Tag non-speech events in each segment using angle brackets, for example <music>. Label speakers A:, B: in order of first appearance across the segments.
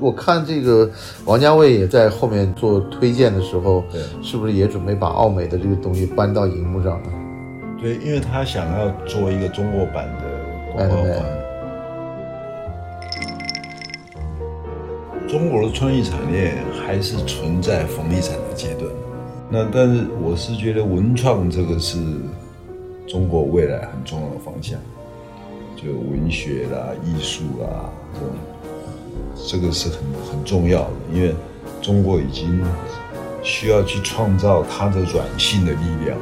A: 我看这个王家卫也在后面做推荐的时候
B: 对，
A: 是不是也准备把奥美的这个东西搬到荧幕上了？
B: 对，因为他想要做一个中国版的
A: 哎
B: 广告
A: 对
B: 馆。中国的创意产业还是存在房地产的阶段，那但是我是觉得文创这个是中国未来很重要的方向，就文学啦、艺术啦这种，这个是很很重要的，因为中国已经需要去创造它的软性的力量。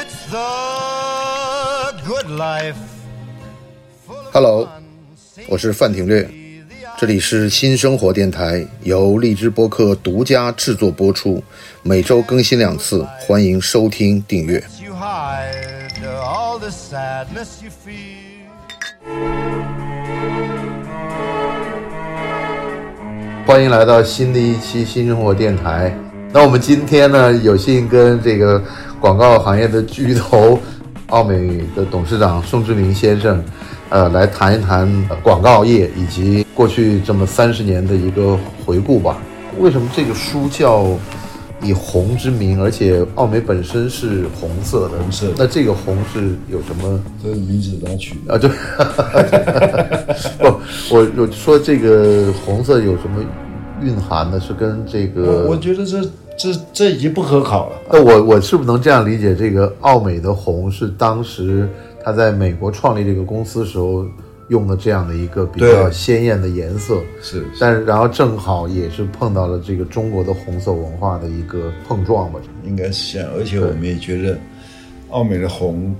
C: It's the good life.
A: Hello，我是范廷略，这里是新生活电台，由荔枝播客独家制作播出，每周更新两次，欢迎收听订阅。
C: You hide all the sadness you feel.
A: 欢迎来到新的一期新生活电台。那我们今天呢，有幸跟这个广告行业的巨头奥美的董事长宋志明先生，呃，来谈一谈呃广告业以及过去这么三十年的一个回顾吧。为什么这个书叫以红之名，而且奥美本身是红色的？
B: 红色的
A: 那这个红是有什么？
B: 这是名字拿取的。
A: 啊，对， <laughs> 不，我我说这个红色有什么蕴含呢？是跟这
B: 我我
A: 个，
B: 觉得这这这已经不可考了。
A: 那我我是不是能这样理解？这个奥美的红是当时他在美国创立这个公司时候用的这样的一个比
B: 对
A: 较鲜艳的颜色，
B: 是
A: 但是然后正好也是碰到了这个中国的红色文化的一个碰撞吧。
B: 应该是这样，而且我们也觉得，奥美的红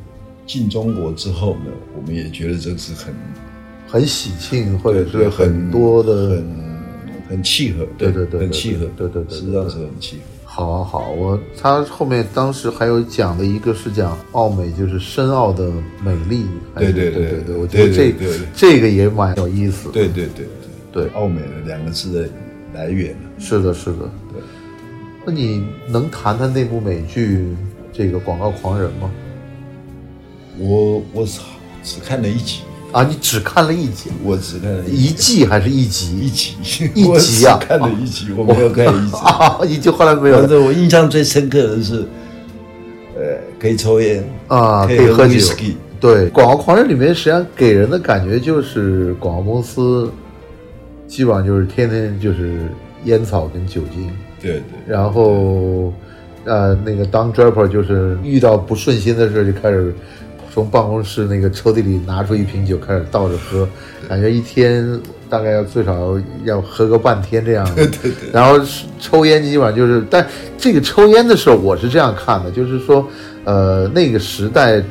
B: 进中国之后呢，我们也觉得这是很
A: 很喜庆，或者
B: 对
A: 是很多的，
B: 很契合，
A: 对对对对
B: 很契合，
A: 对对对对
B: 实际上是很契合。
A: 好好好，我他后面当时还有讲的一个是讲奥美，就是深奥的美丽。还是
B: 对对
A: 对
B: 对
A: 对，我觉得这
B: 对对对对
A: 这个也蛮有意思。
B: 对对对
A: 对
B: 奥美的两个字的来源呢，
A: 是的，是的。
B: 对，
A: 那你能谈谈那部美剧这个《广告狂人》吗？
B: 我我操只看了一集，
A: 啊，你只看了一集，
B: 我只看了
A: 一
B: 集
A: 季还是一
B: 一
A: 集？ <laughs>
B: 集
A: 一
B: <laughs> 我
A: 集啊
B: 只看了一集，我没有看一集。
A: 啊，一集后来没有
B: 反
A: 了
B: 正我印象最深刻的是，呃，可以抽烟
A: 啊，可
B: 可
A: 以喝酒
B: whisky。
A: 对，《广告狂人》里面实际上给人的感觉就是广告公司基本上就是天天就是烟草跟酒精。
B: 对对
A: 然后，呃，那个 Don Draper 就是遇到不顺心的事就开始从办公室那个抽屉里拿出一瓶酒开始倒着喝，感觉一天大概要最少要喝个半天这样。 <laughs> 对对对。然后抽烟基本上就是，但这个抽烟的事儿我是这样看的，就是说，呃，那个时代。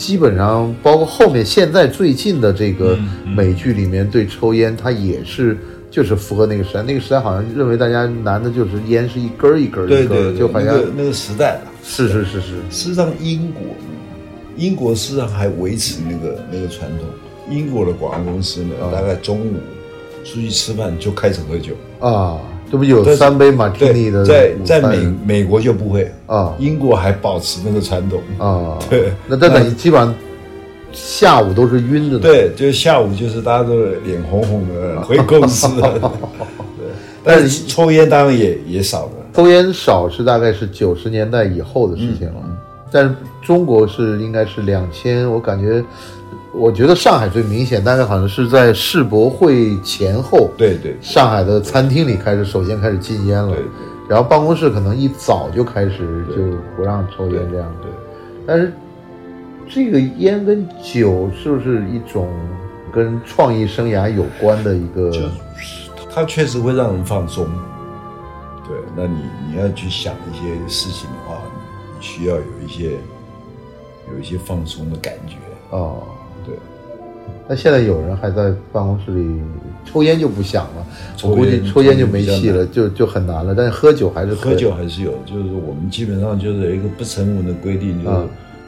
A: 基本上，包括后面现在最近的这个
B: 嗯
A: 美剧里面，对抽烟它也是就是符合那个时代。那个时代好像认为大家男的就是烟是一根儿一根儿一
B: 对
A: 根
B: 对
A: 儿，
B: 对，
A: 就好
B: 那
A: 像
B: 个那个时代啊，
A: 是是是是，
B: 事实上英国，英国事实上还维持那个那个传统。英国的广告公司呢，大概中午出去吃饭就开始喝酒。
A: 啊，这不有
B: 但是
A: 三杯马提尼
B: 对
A: 的，
B: 在
A: 午
B: 在
A: 餐
B: 美美国就不会，
A: 啊
B: 英国还保持那个传统。
A: 啊，
B: 对
A: 那但等于基本上下午都是晕着的，
B: 对，就是下午就是大家都脸红红的回公司了。
A: <laughs>
B: 对，但是抽烟当然也也少了。
A: 抽烟少是大概是九十年代以后的事情
B: 嗯
A: 了，但是中国是应该是两千，我感觉，我觉得上海最明显，大概好像是在世博会前后，
B: 对对
A: 上海的餐厅里开始首先开始禁烟了，
B: 对对
A: 然后办公室可能一早就开始就不让抽
B: 对
A: 烟这样，
B: 对。
A: 但是这个烟跟酒是不是一种跟创意生涯有关的一个？
B: 它确实会让人放松。对，那你你要去想一些事情的话，你需要有一些有一些放松的感觉。
A: 哦，
B: 对，
A: 那现在有人还在办公室里抽烟就不想了，
B: 抽
A: 我
B: 烟
A: 估计抽烟就没戏
B: 抽烟比较
A: 了，就就很难了。但是喝酒还是可以
B: 喝酒还是有，就是我们基本上就是有一个不成文的规定，就是
A: 啊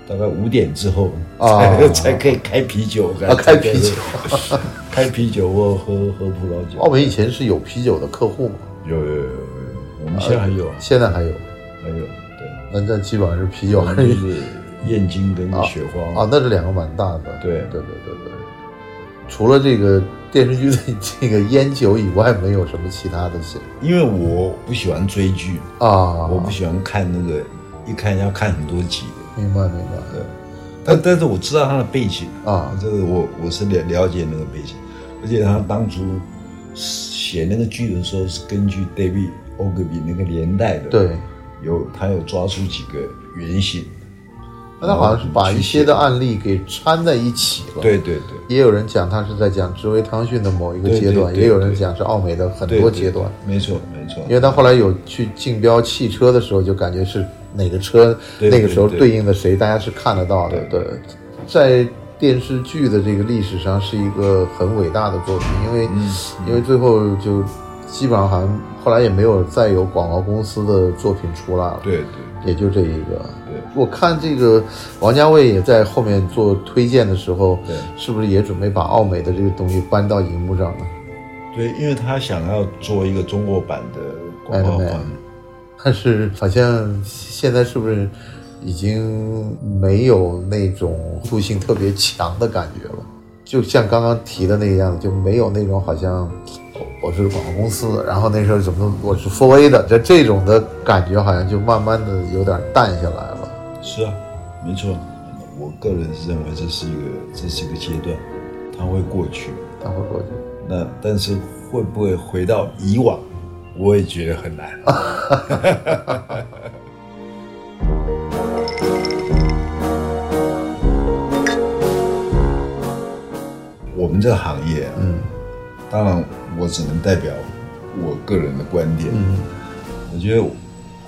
B: 大概五点之后
A: 啊
B: 才、 <laughs> 才可以开啤酒。
A: 啊开啤酒，
B: <laughs>
A: 哦
B: 开啤酒或喝喝葡萄酒。
A: 澳门以前是有啤酒的客户嘛，
B: 有有有有有，我们现在还有，啊
A: 现在还有，
B: 还有对。
A: 那那基本上是啤酒还
B: 就是是燕京跟雪
A: 啊
B: 花，，
A: 那是两个蛮大的。
B: 对
A: 对对对对，除了这个电视剧的这个烟酒以外，没有什么其他的戏
B: 因为我不喜欢追剧，
A: 啊。
B: 我不喜欢看那个一看要看很多集的，
A: 明白明白。
B: 对。但但是我知道他的背景
A: 啊
B: 这个我我是了了解那个背景，而且他当初写那个剧的时候是根据 David o g l e 那个年代的，
A: 对，
B: 有他有抓出几个原型，
A: 那他好像是把一些的案例给掺在一起了。。
B: 对对对，
A: 也有人讲他是在讲职位汤逊的某一个
B: 对
A: 阶段，
B: 对对
A: 也有人讲是奥美的很
B: 对
A: 多
B: 对
A: 阶段，
B: 对没错没错，
A: 因为他后来有去竞标汽车的时候，就感觉是哪个车
B: 对
A: 那个时候
B: 对对
A: 对应的谁，大家是看得到的。
B: 对
A: 对，在电视剧的这个历史上是一个很伟大的作品，因
B: 嗯
A: 为、因为最后就基本上好像后来也没有再有广告公司的作品出来了。
B: 对对
A: 也就这一个
B: 对。
A: 我看这个王家卫也在后面做推荐的时候
B: 对，
A: 是不是也准备把奥美的这个东西搬到荧幕上呢？
B: 对，因为他想要做一个中国版的广告
A: Iron
B: 版
A: Man，但是好像现在是不是已经没有那种互性特别强的感觉了？就像刚刚提的那个样子，就没有那种好像我我是广告公司，然后那时候怎么我是 f A 的，这这种的感觉好像就慢慢的有点淡下来了。
B: 是啊，没错，我个人是认为这是一个这是一个阶段，它会过去。
A: 它会过去。
B: 那但是会不会回到以往，我也觉得很难。 <laughs> 我们这个行业、啊，
A: 嗯
B: 当然我只能代表我个人的观点。
A: 嗯
B: 我觉得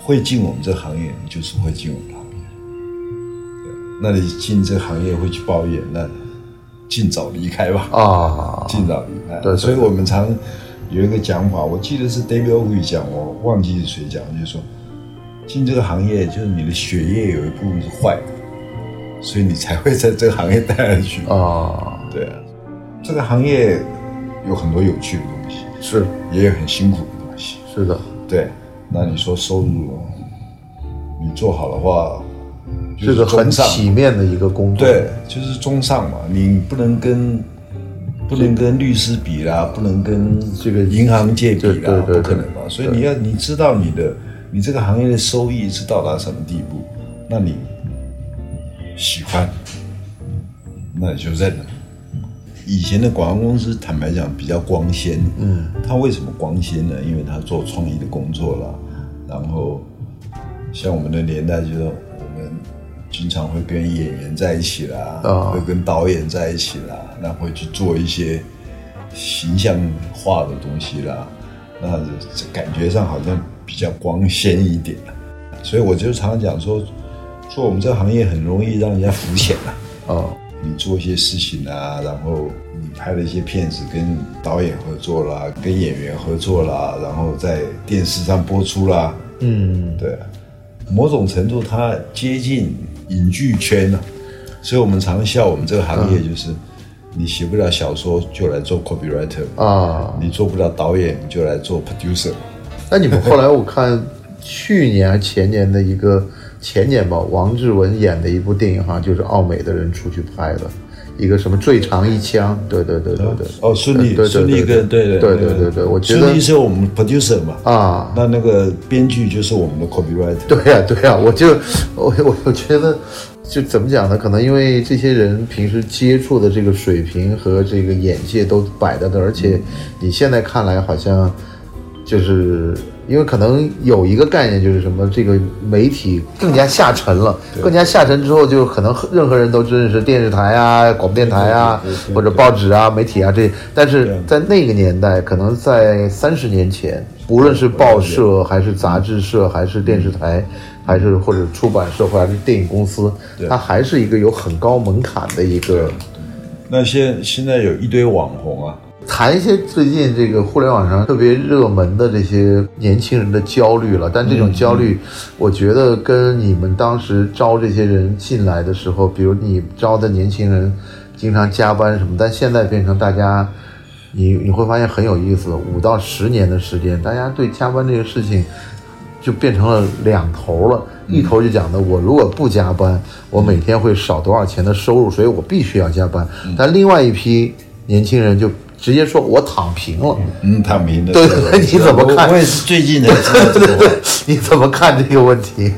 B: 会进我们这行业，你就是会进我们行业。对那你进这行业会去抱怨，那尽早离开吧。
A: 啊，
B: 尽早离开。
A: 对对
B: 所以我们常有一个讲法，我记得是 David o g l e 讲，我忘记是谁讲，就是说进这个行业，就是你的血液有一部分是坏的，所以你才会在这个行业待下去。
A: 啊，
B: 对啊，这个行业有很多有趣的东西，
A: 是
B: 也有很辛苦的东西。
A: 是的，
B: 对，那你说收入，你做好的话，就是
A: 个很
B: 中上
A: 体面的一个工作。
B: 对，就是中上嘛，你不能跟不能跟律师比啦，不能跟
A: 这个
B: 银行界比
A: 对对
B: 啦，
A: 对
B: 不可能嘛。所以你要你知道你的你这个行业的收益是到达什么地步，那你喜欢，那你就认了。以前的广告公司，坦白讲比较光鲜。嗯，他为什么光鲜呢？因为他做创意的工作啦，然后像我们的年代，就是我们经常会跟演员在一起啦，
A: 啊
B: 会跟导演在一起啦，那会去做一些形象化的东西啦，那这感觉上好像比较光鲜一点。所以我就常常讲说，做我们这个行业很容易让人家浮浅啊。
A: 啊，
B: 你做一些事情啊，然后你拍了一些片子，跟导演合作啦，跟演员合作啦，然后在电视上播出啦，
A: 嗯，
B: 对啊，某种程度它接近影剧圈了、所以我们常笑我们这个行业就是，你写不了小说就来做 copywriter，、
A: 啊，
B: 你做不了导演你就来做 producer，
A: 那你们后来我看去年还前年的一个 <laughs> 前年吧，王志文演的一部电影，好像就是奥美的人出去拍的。一个什么最长一枪？对对对对对，
B: 哦，孙
A: 对对
B: 俪，
A: 对
B: 孙俪跟对
A: 对
B: 对
A: 对对对对，我觉
B: 孙俪
A: 得
B: 是我们 producer 嘛，
A: 啊，
B: 那那个编剧就是我们的 copywriter，
A: <laughs> 对呀、对呀、啊我就我我我觉得，就怎么讲呢？可能因为这些人平时接触的这个水平和这个眼界都摆在那儿，而且你现在看来好像就是。因为可能有一个概念就是什么，这个媒体更加下沉了，更加下沉之后，就可能任何人都认识电视台啊、广播电台啊
B: 对对对，对
A: 或者报纸啊、媒体啊这。但是
B: 对
A: 在那个年代，可能在三十年前，无论是报社社还是杂志社还是电视台，还是或者出版社或者还是电影公司，
B: 对
A: 它还是一个有很高门槛的一个。
B: 那现现在有一堆网红啊，
A: 谈一些最近这个互联网上特别热门的这些年轻人的焦虑了，但这种焦虑，我觉得跟你们当时招这些人进来的时候，比如你招的年轻人经常加班什么，但现在变成大家，你你会发现很有意思，五到十年的时间，大家对加班这个事情就变成了两头了，一头就讲的我如果不加班，我每天会少多少钱的收入，所以我必须要加班。
B: 嗯
A: 但另外一批年轻人就直接说我躺平了，
B: 嗯，躺平的。
A: 对你怎么看
B: 我我也是最近才知道这个话。
A: 你怎么看这个问题？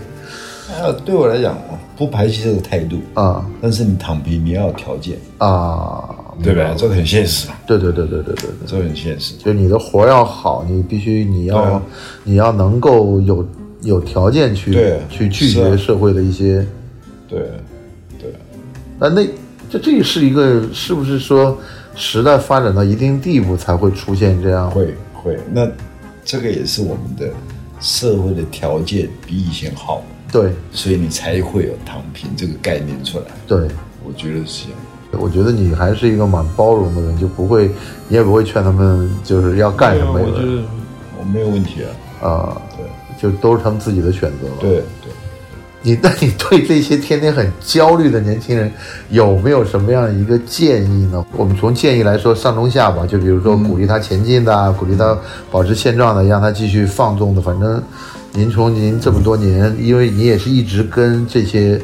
B: 还有啊对我来讲，我不排斥这个态度
A: 啊，
B: 但是你躺平，你要有条件，
A: 啊，
B: 对吧？这个很现实，
A: 对对对对对对对，
B: 这个很现实。
A: 就你的活儿要好，你必须你要、
B: 对啊
A: 你要能够有有条件去
B: 对
A: 去拒
B: 是
A: 绝
B: 啊
A: 社会的一些，
B: 对，对，
A: 那那这这是一个是不是说时代发展到一定地步才会出现这样？
B: 会会。那这个也是我们的社会的条件比以前好，
A: 对
B: 所以你才会有躺平这个概念出来。
A: 对，
B: 我觉得是这样。
A: 我觉得你还是一个蛮包容的人，就不会你也不会劝他们就是要干什么
B: 啊我觉
A: 的
B: 得我没有问题啊。
A: 啊、
B: 对
A: 就都是他们自己的选择了。
B: 对对，
A: 你 <laughs> 那你对这些天天很焦虑的年轻人有没有什么样的一个建议呢？我们从建议来说，上中下吧，就比如说
B: 嗯
A: 鼓励他前进的啊，鼓励他保持现状的，让他继续放纵的。反正您从您这么多年，因为你也是一直跟这些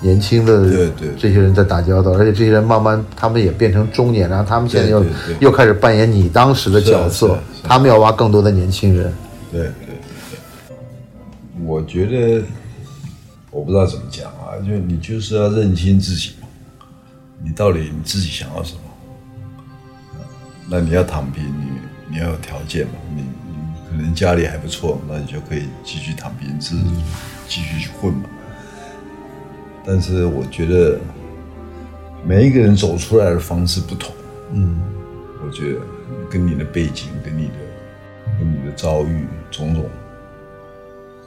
A: 年轻的
B: 对对
A: 这些人在打交道，而且这些人慢慢他们也变成中年，然后他们现在又
B: 对对对
A: 又开始扮演你当时的
B: 是啊
A: 角
B: 是
A: 色
B: 啊是，
A: 他们要挖更多的年轻人。
B: 对对对对，我觉得我不知道怎么讲啊，就你就是要认清自己嘛，你到底你自己想要什么？那你要躺平，你你要有条件嘛，你你可能家里还不错，那你就可以继续躺平，自继续去混嘛。但是我觉得每一个人走出来的方式不同，嗯，我觉得跟你的背景、跟你的、跟你的遭遇种种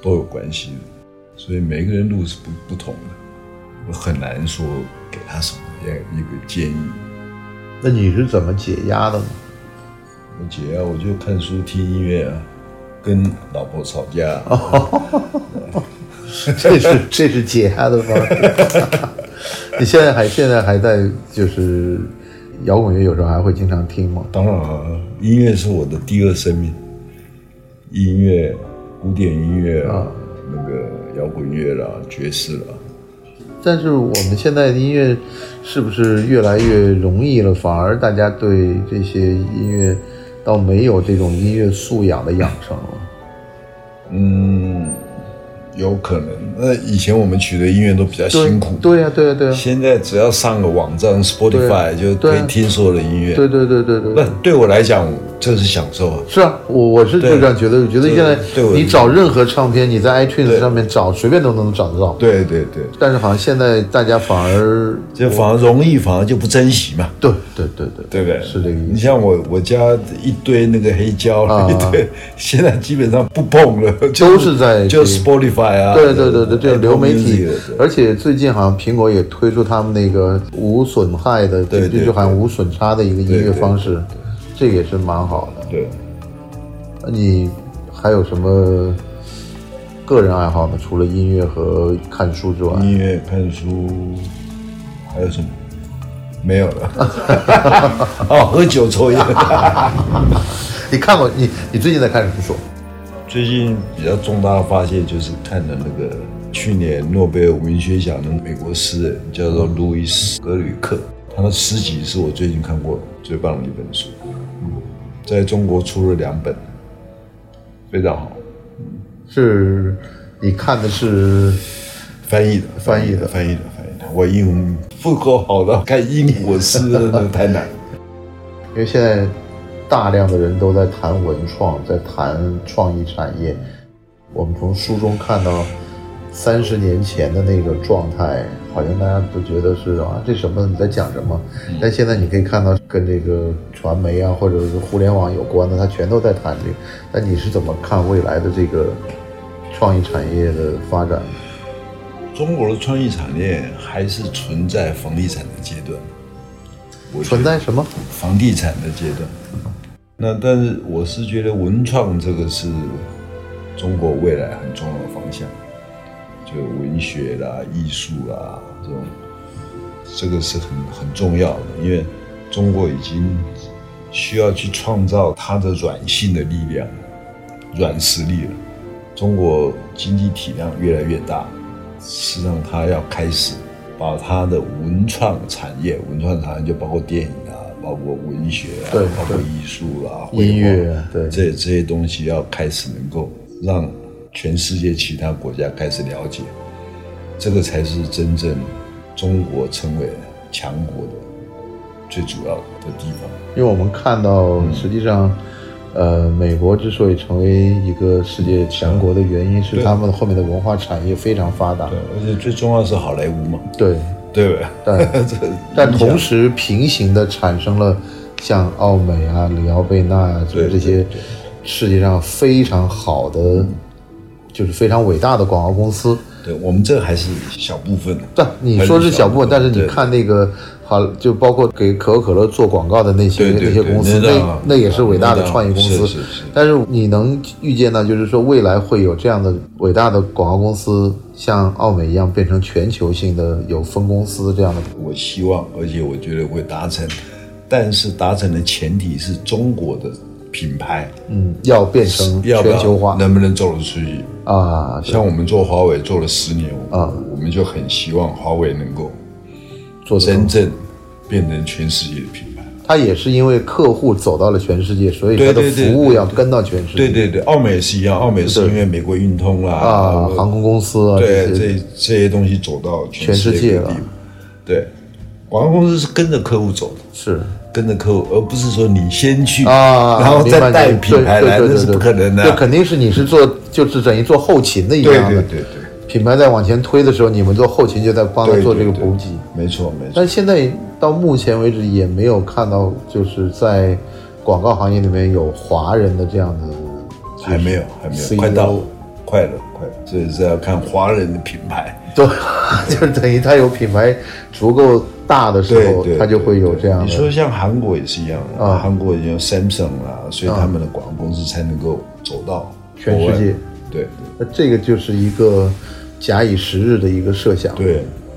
B: 都有关系的，所以每个人路是不不同的，我很难说给他什么样一个建议。
A: 那你是怎么解压的呢？
B: 我姐啊，我就看书、听音乐啊，跟老婆吵架啊、
A: 这是这是解压的方式。
B: <laughs>
A: 你现在还现在还在就是摇滚乐，有时候还会经常听吗？
B: 当然了，音乐是我的第二生命，音乐、古典音乐啊，那个摇滚乐啦、爵士啦，
A: 但是我们现在的音乐是不是越来越容易了？反而大家对这些音乐倒没有这种音乐素养的养成了。
B: 嗯，有可能。那以前我们取的音乐都比较辛苦，
A: 对呀、对呀、对呀、
B: 现在只要上个网站 Spotify 就可以听所有的音乐。
A: 对对对对对
B: 那对我来讲，这是享受啊。
A: 是啊，我我是就
B: 对
A: 这样觉得。我觉得现在
B: 对我
A: 你找任何唱片，你在 iTunes
B: 对
A: 上面找，随便都能找得到。
B: 对对对，
A: 但是好像现在大家反而
B: 就反而容易，反而就不珍惜嘛。
A: 对对对对
B: 对不对？
A: 是这个意
B: 你
A: 思。
B: 像我，我家一堆那个黑胶，
A: 啊
B: 一堆，现在基本上不碰了，
A: 都是在
B: 就
A: 听
B: Spotify 啊，
A: 对对对对，这
B: Apple
A: 流媒
B: Music
A: 体
B: 的，
A: 而且最近好像苹果也推出他们那个无损害的，
B: 对对
A: 就好像无损差的一个音乐方式，这个也是蛮好的。
B: 对，
A: 那你还有什么个人爱好呢？除了音乐和看书之外，
B: 音乐、看书，还有什么？没有
A: <laughs>
B: 了。哦，喝酒抽烟。
A: 你看过你你最近在看什么书？
B: 最近比较重大的发现就是看了那个去年诺贝尔文学奖的美国诗人叫做路易斯·格吕克，他的诗集是我最近看过最棒的一本书，嗯在中国出了两本，非常好，
A: 是你看的是
B: 翻译的，
A: 翻译的
B: 翻译的，翻译的。我英文不够好的，看英国诗真的太难。
A: 因为现在大量的人都在谈文创，在谈创意产业。我们从书中看到三十年前的那个状态，好像大家都觉得是啊，这什么你在讲什么？但现在你可以看到，跟这个传媒啊，或者是互联网有关的，它全都在谈这个。那你是怎么看未来的这个创意产业的发展？
B: 中国的创意产业还是存在房地产的阶段，我觉得
A: 存在什么？
B: 房地产的阶段。那但是我是觉得文创这个是中国未来很重要的方向，就文学啦、艺术啦这种，这个是很很重要的，因为中国已经需要去创造它的软性的力量、软实力了。中国经济体量越来越大，实际上它要开始把它的文创产业，文创产业就包括电影啊，包括文学啊，
A: 对
B: 包括
A: 对
B: 艺术啊，绘画
A: 音乐啊对
B: 这这些东西要开始能够让全世界其他国家开始了解，这个才是真正中国成为强国的最主要的地方。
A: 因为我们看到，实际上，呃，美国之所以成为一个世界强国的原因，是
B: 对
A: 他们后面的文化产业非常发达
B: 对。，而且最重要是好莱坞嘛，
A: 对，
B: <laughs> 对吧？
A: 但
B: <laughs> 这
A: 但同时平行的产生了像奥美啊、里奥贝纳啊，就是
B: 对
A: 这些
B: 对对
A: 世界上非常好的，就是非常伟大的广告公司。
B: 对我们这还是小部分的。
A: 但你说是小部分，但
B: 还
A: 是
B: 是小部
A: 你看
B: 分
A: 那个好，就包括给可口可乐做广告的那些
B: 对对
A: 那些
B: 对
A: 公司，
B: 那
A: 那
B: 当
A: 那也是伟大的
B: 那当
A: 创意公司
B: 是是是。
A: 但是你能预见到，就是说未来会有这样的伟大的广告公司，像奥美一样变成全球性的有分公司这样的。
B: 我希望，而且我觉得会达成，但是达成的前提是中国的品牌
A: 嗯，要变成
B: 要不
A: 全球
B: 要
A: 化
B: 能不能走得出去？
A: 啊，
B: 像我们做华为做了十年，
A: 啊
B: 我们就很希望华为能够
A: 做得更
B: 真
A: 好
B: 正变成全世界的品牌。
A: 它也是因为客户走到了全世界，所以
B: 对
A: 它的
B: 对对
A: 服务
B: 对
A: 要跟到全世界。
B: 对对对，奥美也是一样，奥美是
A: 对
B: 因为美国运通啦、
A: 啊，航空公司啊，
B: 对
A: 这些
B: 这这些东西走到全
A: 全世界
B: 界各
A: 了
B: 地，对，广告公司是跟着客户走的。
A: 是。
B: 跟着客户，而不是说你先去，
A: 啊，
B: 然后
A: 明白
B: 再带
A: 你
B: 品牌
A: 对
B: 来，那
A: 对对
B: 是
A: 对
B: 不可能的
A: 就
B: 啊。
A: 肯定是你是做，就是等于做后勤的一
B: 对
A: 样
B: 对
A: 的。
B: 对对
A: 品牌在往前推的时候，你们做后勤就在帮他
B: 对，
A: 做这个
B: 对
A: 补给。，
B: 对没错没错。
A: 但现在到目前为止，也没有看到就是在广告行业里面有华人的这样的，
B: 还没有，还没有，快到了，快了，快了。所以是要看华人的品牌，
A: 对， <laughs> 就是等于他有品牌足够大的时
B: 对
A: 候，
B: 对，
A: 他就会有这样
B: 对你说
A: 的。
B: 像韩国也是一样
A: 啊
B: 啊，韩国也有 Samsung 啦，所以他们的广告公司才能够走到
A: 全世界
B: 国外。对
A: 那这个就是一个假以时日的一个设想。
B: 对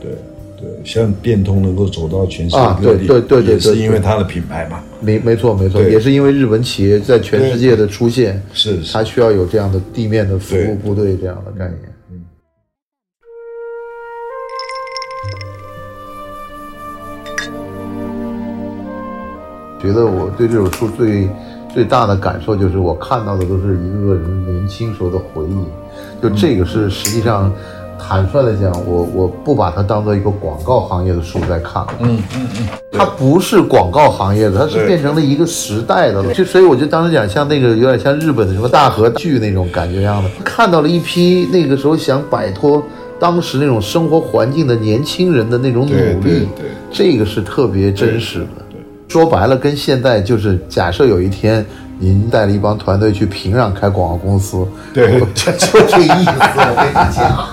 B: 对对对，像电通能够走到全世界
A: 啊
B: 各地，
A: 对对对对
B: 也是
A: 对
B: 因为它的品牌嘛。
A: 没没错没错，
B: 对
A: 也是因为日本企业在全世界的出现，
B: 是是
A: 它需要有这样的地面的服务
B: 对嗯
A: 部队这样的概念。
B: 嗯
A: 觉得我对这本书最最大的感受就是，我看到的都是一个人年轻时候的回忆。就这个是实际上，坦率的讲，我我不把它当做一个广告行业的书在看了。
B: 嗯嗯嗯，
A: 它不是广告行业的，它是
B: 对
A: 变成了一个时代的了。就所以我就当时讲，像那个有点像日本的什么大和剧那种感觉一样的，看到了一批那个时候想摆脱当时那种生活环境的年轻人的那种努
B: 对
A: 力，
B: 对对
A: 这个是特别真实的。
B: 对对
A: 说白了，跟现在就是，假设有一天您带了一帮团队去平壤开广告公司，
B: 对
A: 我 <laughs> 就就这意思，我跟你讲。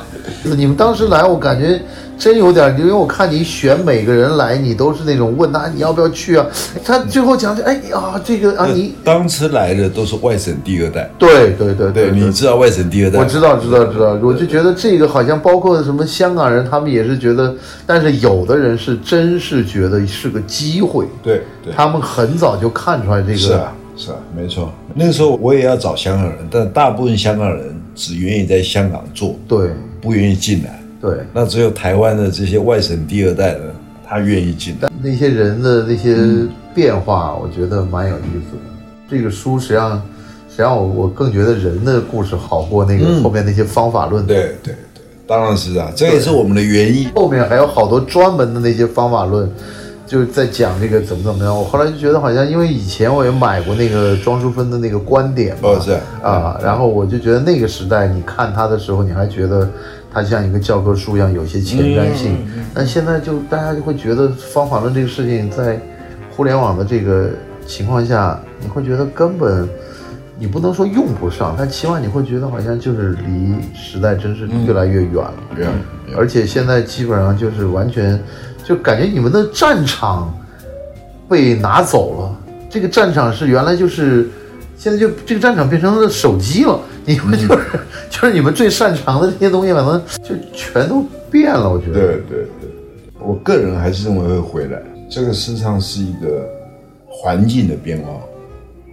A: 你们当时来，我感觉真有点，因为我看你选每个人来，你都是那种问他你要不要去啊，他最后讲哎啊这个啊你，
B: 当时来的都是外省第二代，
A: 对对对
B: 对，你知道外省第二代，
A: 我知道，知道，知道。我就觉得这个好像包括什么香港人，他们也是觉得，但是有的人是真是觉得是个机会，
B: 对对，
A: 他们很早就看出来这
B: 是
A: 个。
B: 啊是啊，没错。那个时候我也要找香港人，但大部分香港人只愿意在香港做，
A: 对
B: 不愿意进来。
A: 对，
B: 那只有台湾的这些外省第二代呢，他愿意进来。
A: 那些人的那些变化，我觉得蛮有意思的。这个书实际上，实际上我我更觉得人的故事好过那个后面那些方法论。，
B: 嗯对对对，当然是啊，这也是我们的原因。
A: 后面还有好多专门的那些方法论，就是在讲这个怎么怎么样。我后来就觉得好像，因为以前我也买过那个庄淑芬的那个观点嘛，
B: 哦是啊
A: 啊，然后我就觉得那个时代，你看他的时候，你还觉得他像一个教科书一样有些前瞻性，
B: 嗯
A: 但现在就大家就会觉得方法论这个事情在互联网的这个情况下，你会觉得根本。你不能说用不上，但起码你会觉得好像就是离时代真是越来越远了。
B: 对啊
A: 而且现在基本上就是完全，就感觉你们的战场被拿走了。这个战场是原来就是，现在就这个战场变成了手机了。你们就是、 <laughs> 就是你们最擅长的这些东西，可能就全都变了。我觉
B: 对
A: 得，
B: 对对，我个人还是认为会回来。这个市场是一个环境的变化，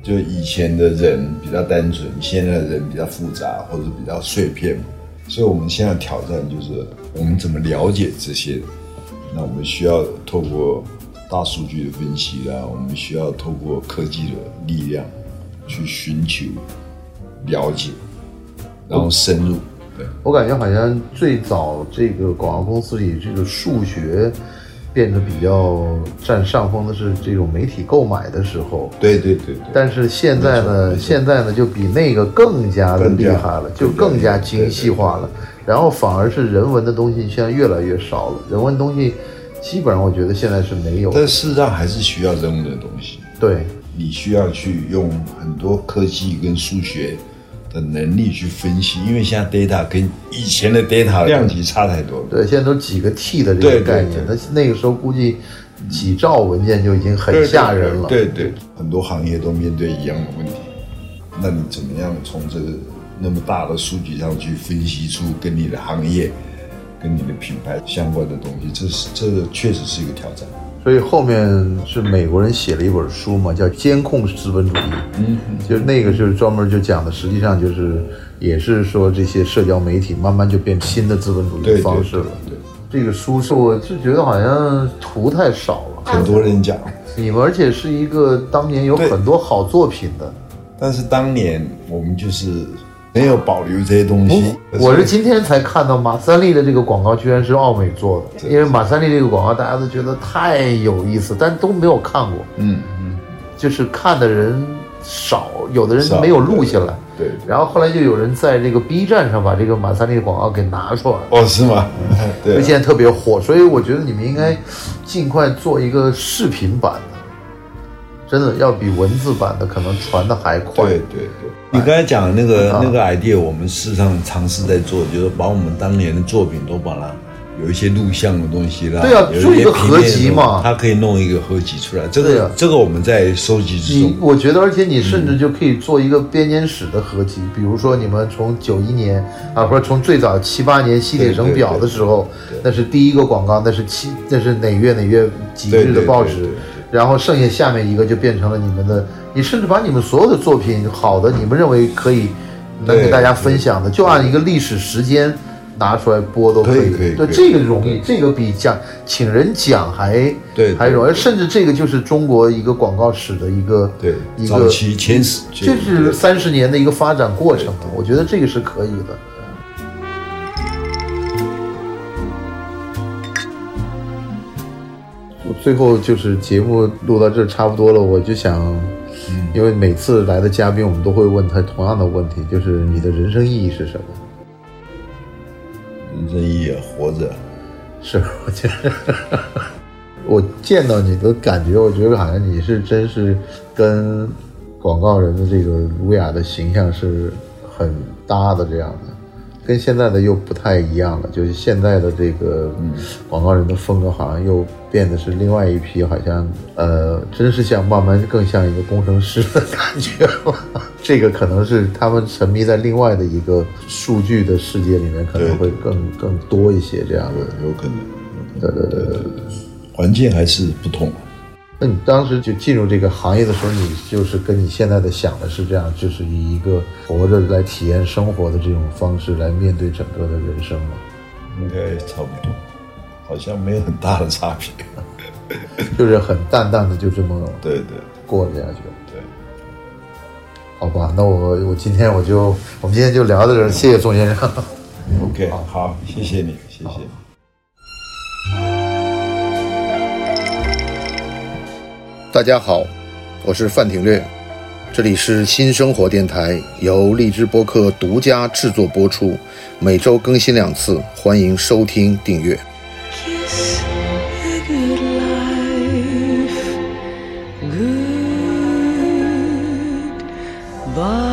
B: 就以前的人比较单纯，现在的人比较复杂或者比较碎片，所以我们现在挑战就是我们怎么了解这些。那我们需要透过大数据的分析啦，我们需要透过科技的力量去寻求了解，然后深入。对，
A: 我感觉好像最早这个广告公司里这个数学变得比较占上风的是这种媒体购买的时候，
B: 对对对对。
A: 但是现在
B: 没错没
A: 呢，
B: 错
A: 现在呢就比那个更加的
B: 更
A: 厉
B: 加
A: 害了，就更加精细化了。然后反而是人文的东西现在越来越少了，人文东西基本上我觉得现在是没有的。
B: 但事实上还是需要人文的东西，
A: 对，
B: 你需要去用很多科技跟数学的能力去分析，因为现在 data 跟以前的 data 量级差太多了。
A: 对，现在都几个 T 的这个
B: 对对
A: 概念，那
B: 对
A: 那个时候估计几兆文件就已经很吓人了。
B: 对对，很多行业都面对一样的问题。那你怎么样从这个那么大的数据上去分析出跟你的行业、跟你的品牌相关的东西？这是这个确实是一个挑战。
A: 所以后面是美国人写了一本书嘛，叫《监控资本主义》。嗯，就是那个就是专门就讲的，实际上就是也是说这些社交媒体慢慢就变新的资本主义
B: 对
A: 的
B: 对
A: 方式了。
B: 对对
A: 这个书是我就觉得好像图太少了，
B: 很多人讲，
A: 你们而且是一个当年有
B: 对
A: 很多好作品的。
B: 但是当年我们就是没有保留这些东西。
A: 哦我是今天才看到马三立的这个广告居然是奥美做的，因为马三立这个广告大家都觉得太有意思，但都没有看过，
B: 嗯嗯，
A: 就是看的人少，有的人
B: 少
A: 没有录下来。
B: 对。
A: 然后后来就有人在这个 B 站上把这个马三立的广告给拿出来了，
B: 哦，是
A: <laughs>
B: 吗？对
A: 就
B: 啊，嗯
A: 现在特别火，所以我觉得你们应该尽快做一个视频版的，真的要比文字版的可能传的还快。
B: 对对对，你刚才讲的那个、
A: 啊
B: 那个 idea，我们事实上尝试在做，就是把我们当年的作品都把它有一些录像的东西啦，
A: 对啊
B: 有
A: 做一
B: 些
A: 个
B: 平
A: 合
B: 面的
A: 集嘛
B: 东西它可以弄一个合集出来。这
A: 对
B: 个、
A: 啊
B: 这个我们在收集之中
A: 你，我觉得，而且你甚至就可以做一个编年史的合集，比如说你们从九一年啊，不是从最早七八年西铁省表的时候，那是第一个广告，那是七，那是哪月哪月几日的报
B: 对对对
A: 纸
B: 对对，
A: 然后剩下下面一个就变成了你们的，你甚至把你们所有的作品好的，你们认为可以能给
B: 对
A: 大家分享的，就按一个历史时间拿出来播都可
B: 可以可以
A: 对，
B: 可以
A: 这个容易，这个比讲请人讲还
B: 对
A: 还容易，甚至这个就是中国一个广告史的一个
B: 对
A: 一，
B: 早
A: 个，
B: 期前史，
A: 这是三十年的一个发展过程嘛，我觉得这个是可以的。我最后就是节目录到这儿差不多了，我就想，
B: 嗯
A: 因为每次来的嘉宾，我们都会问他同样的问题，就是你的人生意义是什么？
B: 人生意义活着。
A: 是，我觉得我见到你的感觉，我觉得好像你是真是跟广告人的这个儒雅的形象是很搭的，这样的，跟现在的又不太一样了。就是现在的这个广告人的风格，好像又变得是另外一批，好像呃，真是像慢慢更像一个工程师的感觉了。这个可能是他们沉迷在另外的一个数据的世界里面，可能
B: 对
A: 会更更多一些这样的。
B: 有可能，对对对对对，环境还是不同。
A: 那你当时就进入这个行业的时候，你就是跟你现在的想的是这样，就是以一个活着来体验生活的这种方式来面对整个的人生嘛？
B: 应该差不多，好像没有很大的差别。
A: 就是很淡淡的就这么
B: 对对
A: 过着下去，
B: 对，
A: 好吧？那我我今天我就我们今天就聊到这儿，谢谢钟先生。
B: OK，好，谢谢你，谢谢。
A: <laughs> 大家好，我是范廷略，这里是新生活电台，由荔枝播客独家制作播出，每周更新两次，欢迎收听订阅。
D: kiss a good life. Goodbye.